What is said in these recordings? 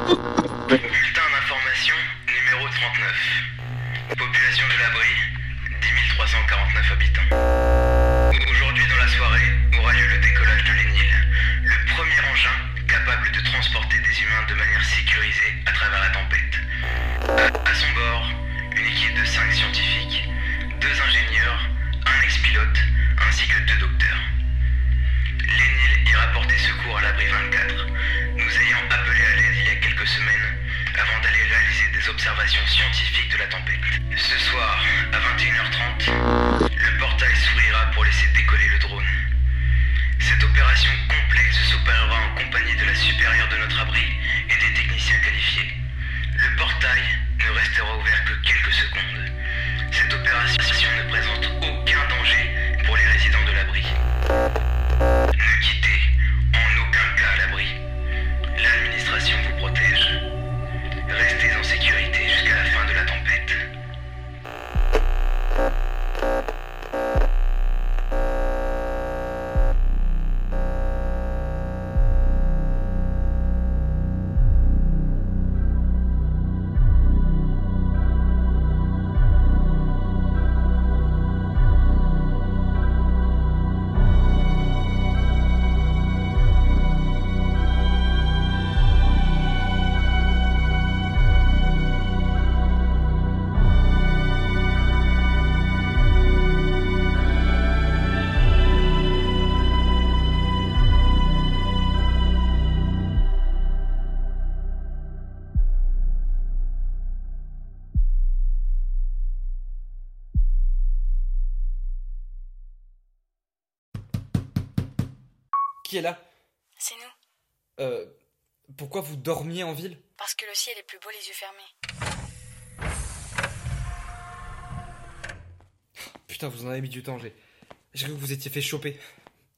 Bulletin d'information numéro 39. Population de l'abri, 10 349 habitants. Aujourd'hui dans la soirée aura lieu le décollage de l'Énil, le premier engin capable de transporter des humains de manière sécurisée à travers la tempête. À, à son bord, une équipe de 5 scientifiques, 2 ingénieurs, un ex-pilote ainsi que 2 docteurs. L'Énil ira porter secours à l'abri 24, nous ayant appelé à l'aide il y a quelques semaines avant d'aller réaliser des observations scientifiques de la tempête. Ce soir, à 21h30, le portail s'ouvrira pour laisser décoller le drone. Cette opération complexe s'opérera en compagnie de la supérieure de notre abri et des techniciens qualifiés. Le portail ne restera ouvert que quelques secondes. Cette opération ne présente aucun danger pour les résidents de l'abri. Ne quittez en aucun cas l'abri. L'administration vous protège. Restez en sécurité jusqu'à la fin de la tempête. Qui est là C'est nous. Euh, Pourquoi vous dormiez en ville Parce que le ciel est plus beau les yeux fermés. Putain, vous en avez mis du temps, j'ai. J'ai cru que vous étiez fait choper.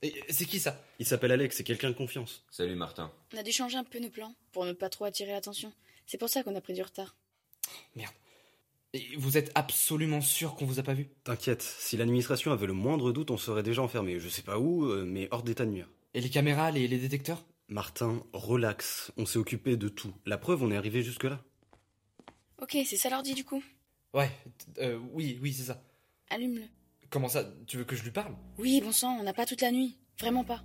Et c'est qui ça Il s'appelle Alex, c'est quelqu'un de confiance. Salut Martin. On a dû changer un peu nos plans pour ne pas trop attirer l'attention. C'est pour ça qu'on a pris du retard. Et vous êtes absolument sûr qu'on vous a pas vu T'inquiète, si l'administration avait le moindre doute, on serait déjà enfermé. Je sais pas où, euh, mais hors d'état de nuire. Et les caméras, les, les détecteurs Martin, relax, on s'est occupé de tout. La preuve, on est arrivé jusque-là. Ok, c'est ça l'ordi du coup. Ouais, t- euh, oui, oui, c'est ça. Allume-le. Comment ça Tu veux que je lui parle Oui, bon sang, on n'a pas toute la nuit. Vraiment pas.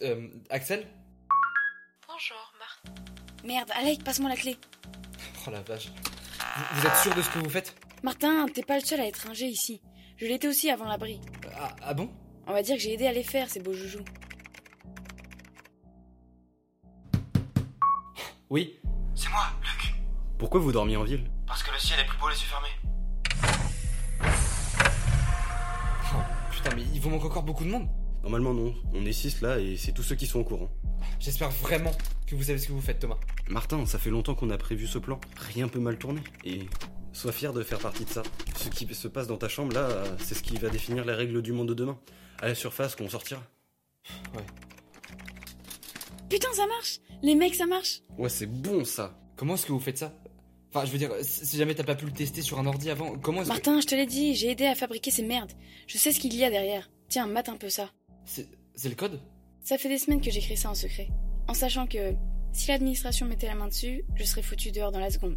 Euh, Axel Bonjour, Martin. Merde, Alec, passe-moi la clé. Oh la vache. Vous, vous êtes sûr de ce que vous faites Martin, t'es pas le seul à être ringé ici. Je l'étais aussi avant l'abri. ah, ah bon On va dire que j'ai aidé à les faire, ces beaux joujoux. Oui C'est moi, Luc. Pourquoi vous dormiez en ville Parce que le ciel est plus beau les yeux fermés. Oh, Putain, mais il vous manque encore beaucoup de monde Normalement non, on est six là et c'est tous ceux qui sont au courant. J'espère vraiment que vous savez ce que vous faites, Thomas. Martin, ça fait longtemps qu'on a prévu ce plan. Rien peut mal tourner. Et sois fier de faire partie de ça. Ce qui se passe dans ta chambre là, euh, c'est ce qui va définir les règles du monde de demain. À la surface qu'on sortira. Putain, ça marche Les mecs, ça marche Ouais, c'est bon ça. Comment est-ce que vous faites ça Enfin, je veux dire, si si jamais t'as pas pu le tester sur un ordi avant, comment est-ce que... Martin, je te l'ai dit, j'ai aidé à fabriquer ces merdes. Je sais ce qu'il y a derrière. Tiens, mate un peu ça. C'est c'est le code Ça fait des semaines que j'écris ça en secret, en sachant que si l'administration mettait la main dessus, je serais foutu dehors dans la seconde.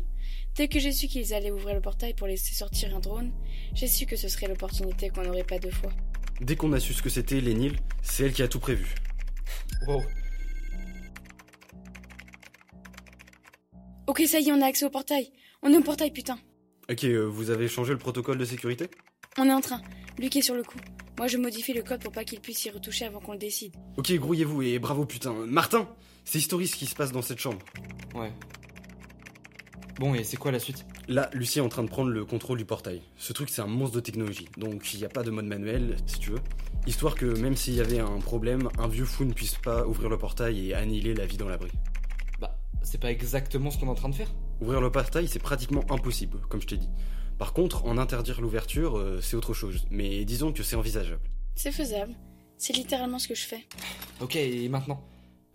Dès que j'ai su qu'ils allaient ouvrir le portail pour laisser sortir un drone, j'ai su que ce serait l'opportunité qu'on n'aurait pas deux fois. Dès qu'on a su ce que c'était, les Nils, c'est elle qui a tout prévu. Wow. Ok, ça y est, on a accès au portail. On est au portail, putain. Ok, euh, vous avez changé le protocole de sécurité On est en train. Luc est sur le coup. Moi, je modifie le code pour pas qu'il puisse y retoucher avant qu'on le décide. Ok, grouillez-vous et bravo putain. Martin, c'est historique ce qui se passe dans cette chambre. Ouais. Bon, et c'est quoi la suite Là, Lucie est en train de prendre le contrôle du portail. Ce truc, c'est un monstre de technologie, donc il n'y a pas de mode manuel, si tu veux. Histoire que même s'il y avait un problème, un vieux fou ne puisse pas ouvrir le portail et annihiler la vie dans l'abri. Bah, c'est pas exactement ce qu'on est en train de faire. Ouvrir le portail, c'est pratiquement impossible, comme je t'ai dit. Par contre, en interdire l'ouverture, euh, c'est autre chose, mais disons que c'est envisageable. C'est faisable. C'est littéralement ce que je fais. Ok, et maintenant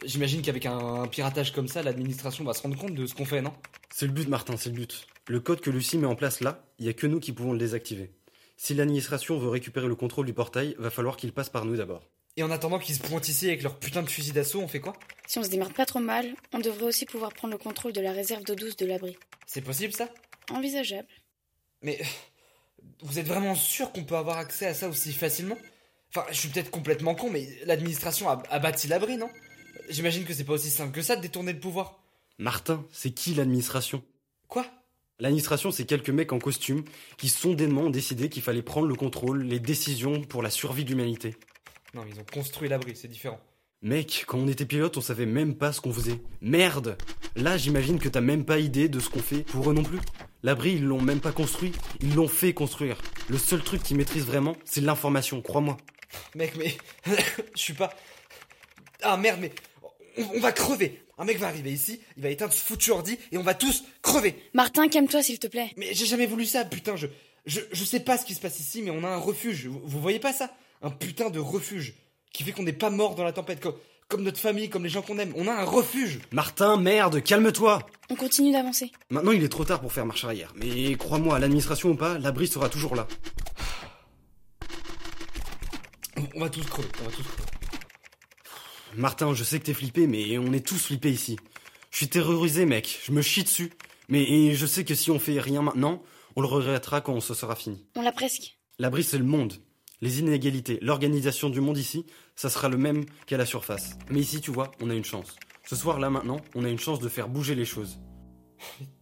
J'imagine qu'avec un piratage comme ça, l'administration va se rendre compte de ce qu'on fait, non C'est le but, Martin, c'est le but. Le code que Lucie met en place là, il n'y a que nous qui pouvons le désactiver. Si l'administration veut récupérer le contrôle du portail, va falloir qu'il passe par nous d'abord. Et en attendant qu'ils se pointent ici avec leur putain de fusil d'assaut, on fait quoi Si on se démarre pas trop mal, on devrait aussi pouvoir prendre le contrôle de la réserve d'eau douce de l'abri. C'est possible ça Envisageable. Mais euh, vous êtes vraiment sûr qu'on peut avoir accès à ça aussi facilement Enfin, je suis peut-être complètement con, mais l'administration a, a bâti l'abri, non J'imagine que c'est pas aussi simple que ça de détourner le pouvoir. Martin, c'est qui l'administration Quoi L'administration, c'est quelques mecs en costume qui soudainement ont décidé qu'il fallait prendre le contrôle, les décisions pour la survie de l'humanité. Non, mais ils ont construit l'abri, c'est différent. Mec, quand on était pilote, on savait même pas ce qu'on faisait. Merde Là, j'imagine que t'as même pas idée de ce qu'on fait pour eux non plus. L'abri, ils l'ont même pas construit, ils l'ont fait construire. Le seul truc qu'ils maîtrisent vraiment, c'est l'information, crois-moi. Mec, mais. je suis pas. Ah merde, mais. On, on va crever Un mec va arriver ici, il va éteindre ce foutu ordi et on va tous crever Martin, calme-toi s'il te plaît. Mais j'ai jamais voulu ça, putain, je. Je, je sais pas ce qui se passe ici, mais on a un refuge. Vous, vous voyez pas ça Un putain de refuge qui fait qu'on n'est pas mort dans la tempête, comme, comme notre famille, comme les gens qu'on aime. On a un refuge. Martin, merde, calme-toi On continue d'avancer. Maintenant, il est trop tard pour faire marche arrière. Mais crois-moi, l'administration ou pas, l'abri sera toujours là. On, on va tous crever. On va tous crever. Martin, je sais que t'es flippé, mais on est tous flippés ici. Je suis terrorisé, mec. Je me chie dessus. Mais et je sais que si on fait rien maintenant, on le regrettera quand ce sera fini. On l'a presque. L'abri, c'est le monde. Les inégalités, l'organisation du monde ici, ça sera le même qu'à la surface. Mais ici, tu vois, on a une chance. Ce soir, là, maintenant, on a une chance de faire bouger les choses.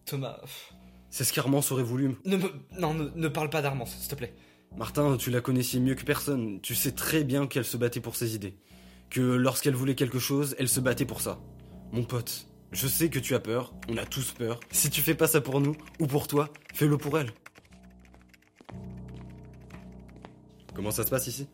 Thomas. pff, C'est ce qu'Armance aurait voulu. Ne me. Non, ne, ne parle pas d'Armance, s'il te plaît. Martin, tu la connaissais mieux que personne. Tu sais très bien qu'elle se battait pour ses idées. Que lorsqu'elle voulait quelque chose, elle se battait pour ça. Mon pote, je sais que tu as peur. On a tous peur. Si tu fais pas ça pour nous, ou pour toi, fais-le pour elle. Comment ça se passe ici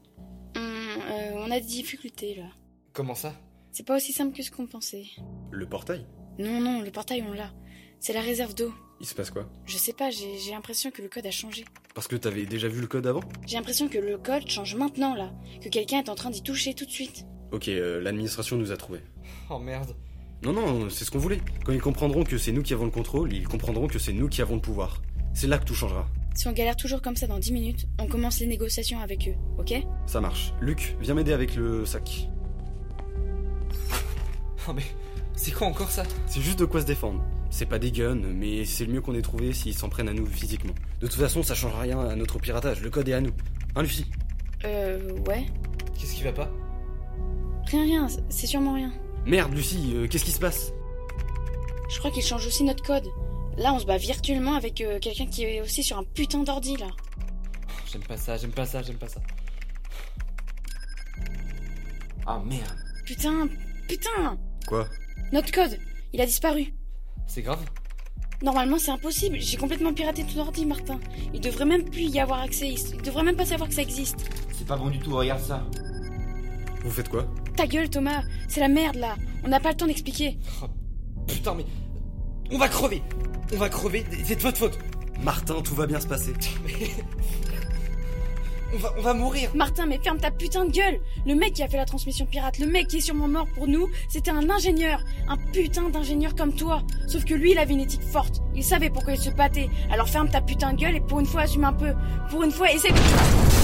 Hum, euh, on a des difficultés là. Comment ça C'est pas aussi simple que ce qu'on pensait. Le portail Non, non, le portail on l'a. C'est la réserve d'eau. Il se passe quoi Je sais pas, j'ai j'ai l'impression que le code a changé. Parce que t'avais déjà vu le code avant J'ai l'impression que le code change maintenant là. Que quelqu'un est en train d'y toucher tout de suite. Ok, euh, l'administration nous a trouvés. Oh merde. Non, non, c'est ce qu'on voulait. Quand ils comprendront que c'est nous qui avons le contrôle, ils comprendront que c'est nous qui avons le pouvoir. C'est là que tout changera. Si on galère toujours comme ça dans 10 minutes, on commence les négociations avec eux, ok Ça marche. Luc, viens m'aider avec le sac. Oh mais. C'est quoi encore ça C'est juste de quoi se défendre. C'est pas des guns, mais c'est le mieux qu'on ait trouvé s'ils s'en prennent à nous physiquement. De toute façon, ça change rien à notre piratage. Le code est à nous. Hein, Lucie Euh, ouais. Qu'est-ce qui va pas Rien, rien, c'est- c'est sûrement rien. Merde, Lucie, euh, qu'est-ce qui se passe Je crois qu'ils changent aussi notre code. Là, on se bat virtuellement avec euh, quelqu'un qui est aussi sur un putain d'ordi là. J'aime pas ça, j'aime pas ça, j'aime pas ça. Ah merde, Putain, putain Quoi Notre code Il a disparu. c'est grave. Normalement, c'est impossible. J'ai complètement piraté tout l'ordi, Martin. Il devrait même plus y avoir accès. Il s- il devrait même pas savoir que ça existe. C'est pas bon du tout, regarde ça. Vous faites quoi Ta gueule, Thomas. C'est la merde là. On n'a pas le temps d'expliquer. Oh, putain mais. On va crever On va crever, c'est de votre faute Martin, tout va bien se passer. On va, on va mourir Martin, mais ferme ta putain de gueule. Le mec qui a fait la transmission pirate, le mec qui est sûrement mort pour nous, c'était un ingénieur. Un putain d'ingénieur comme toi. Sauf que lui, il avait une éthique forte. Il savait pourquoi il se battait. Alors ferme ta putain de gueule et pour une fois, assume un peu. Pour une fois, essaie de...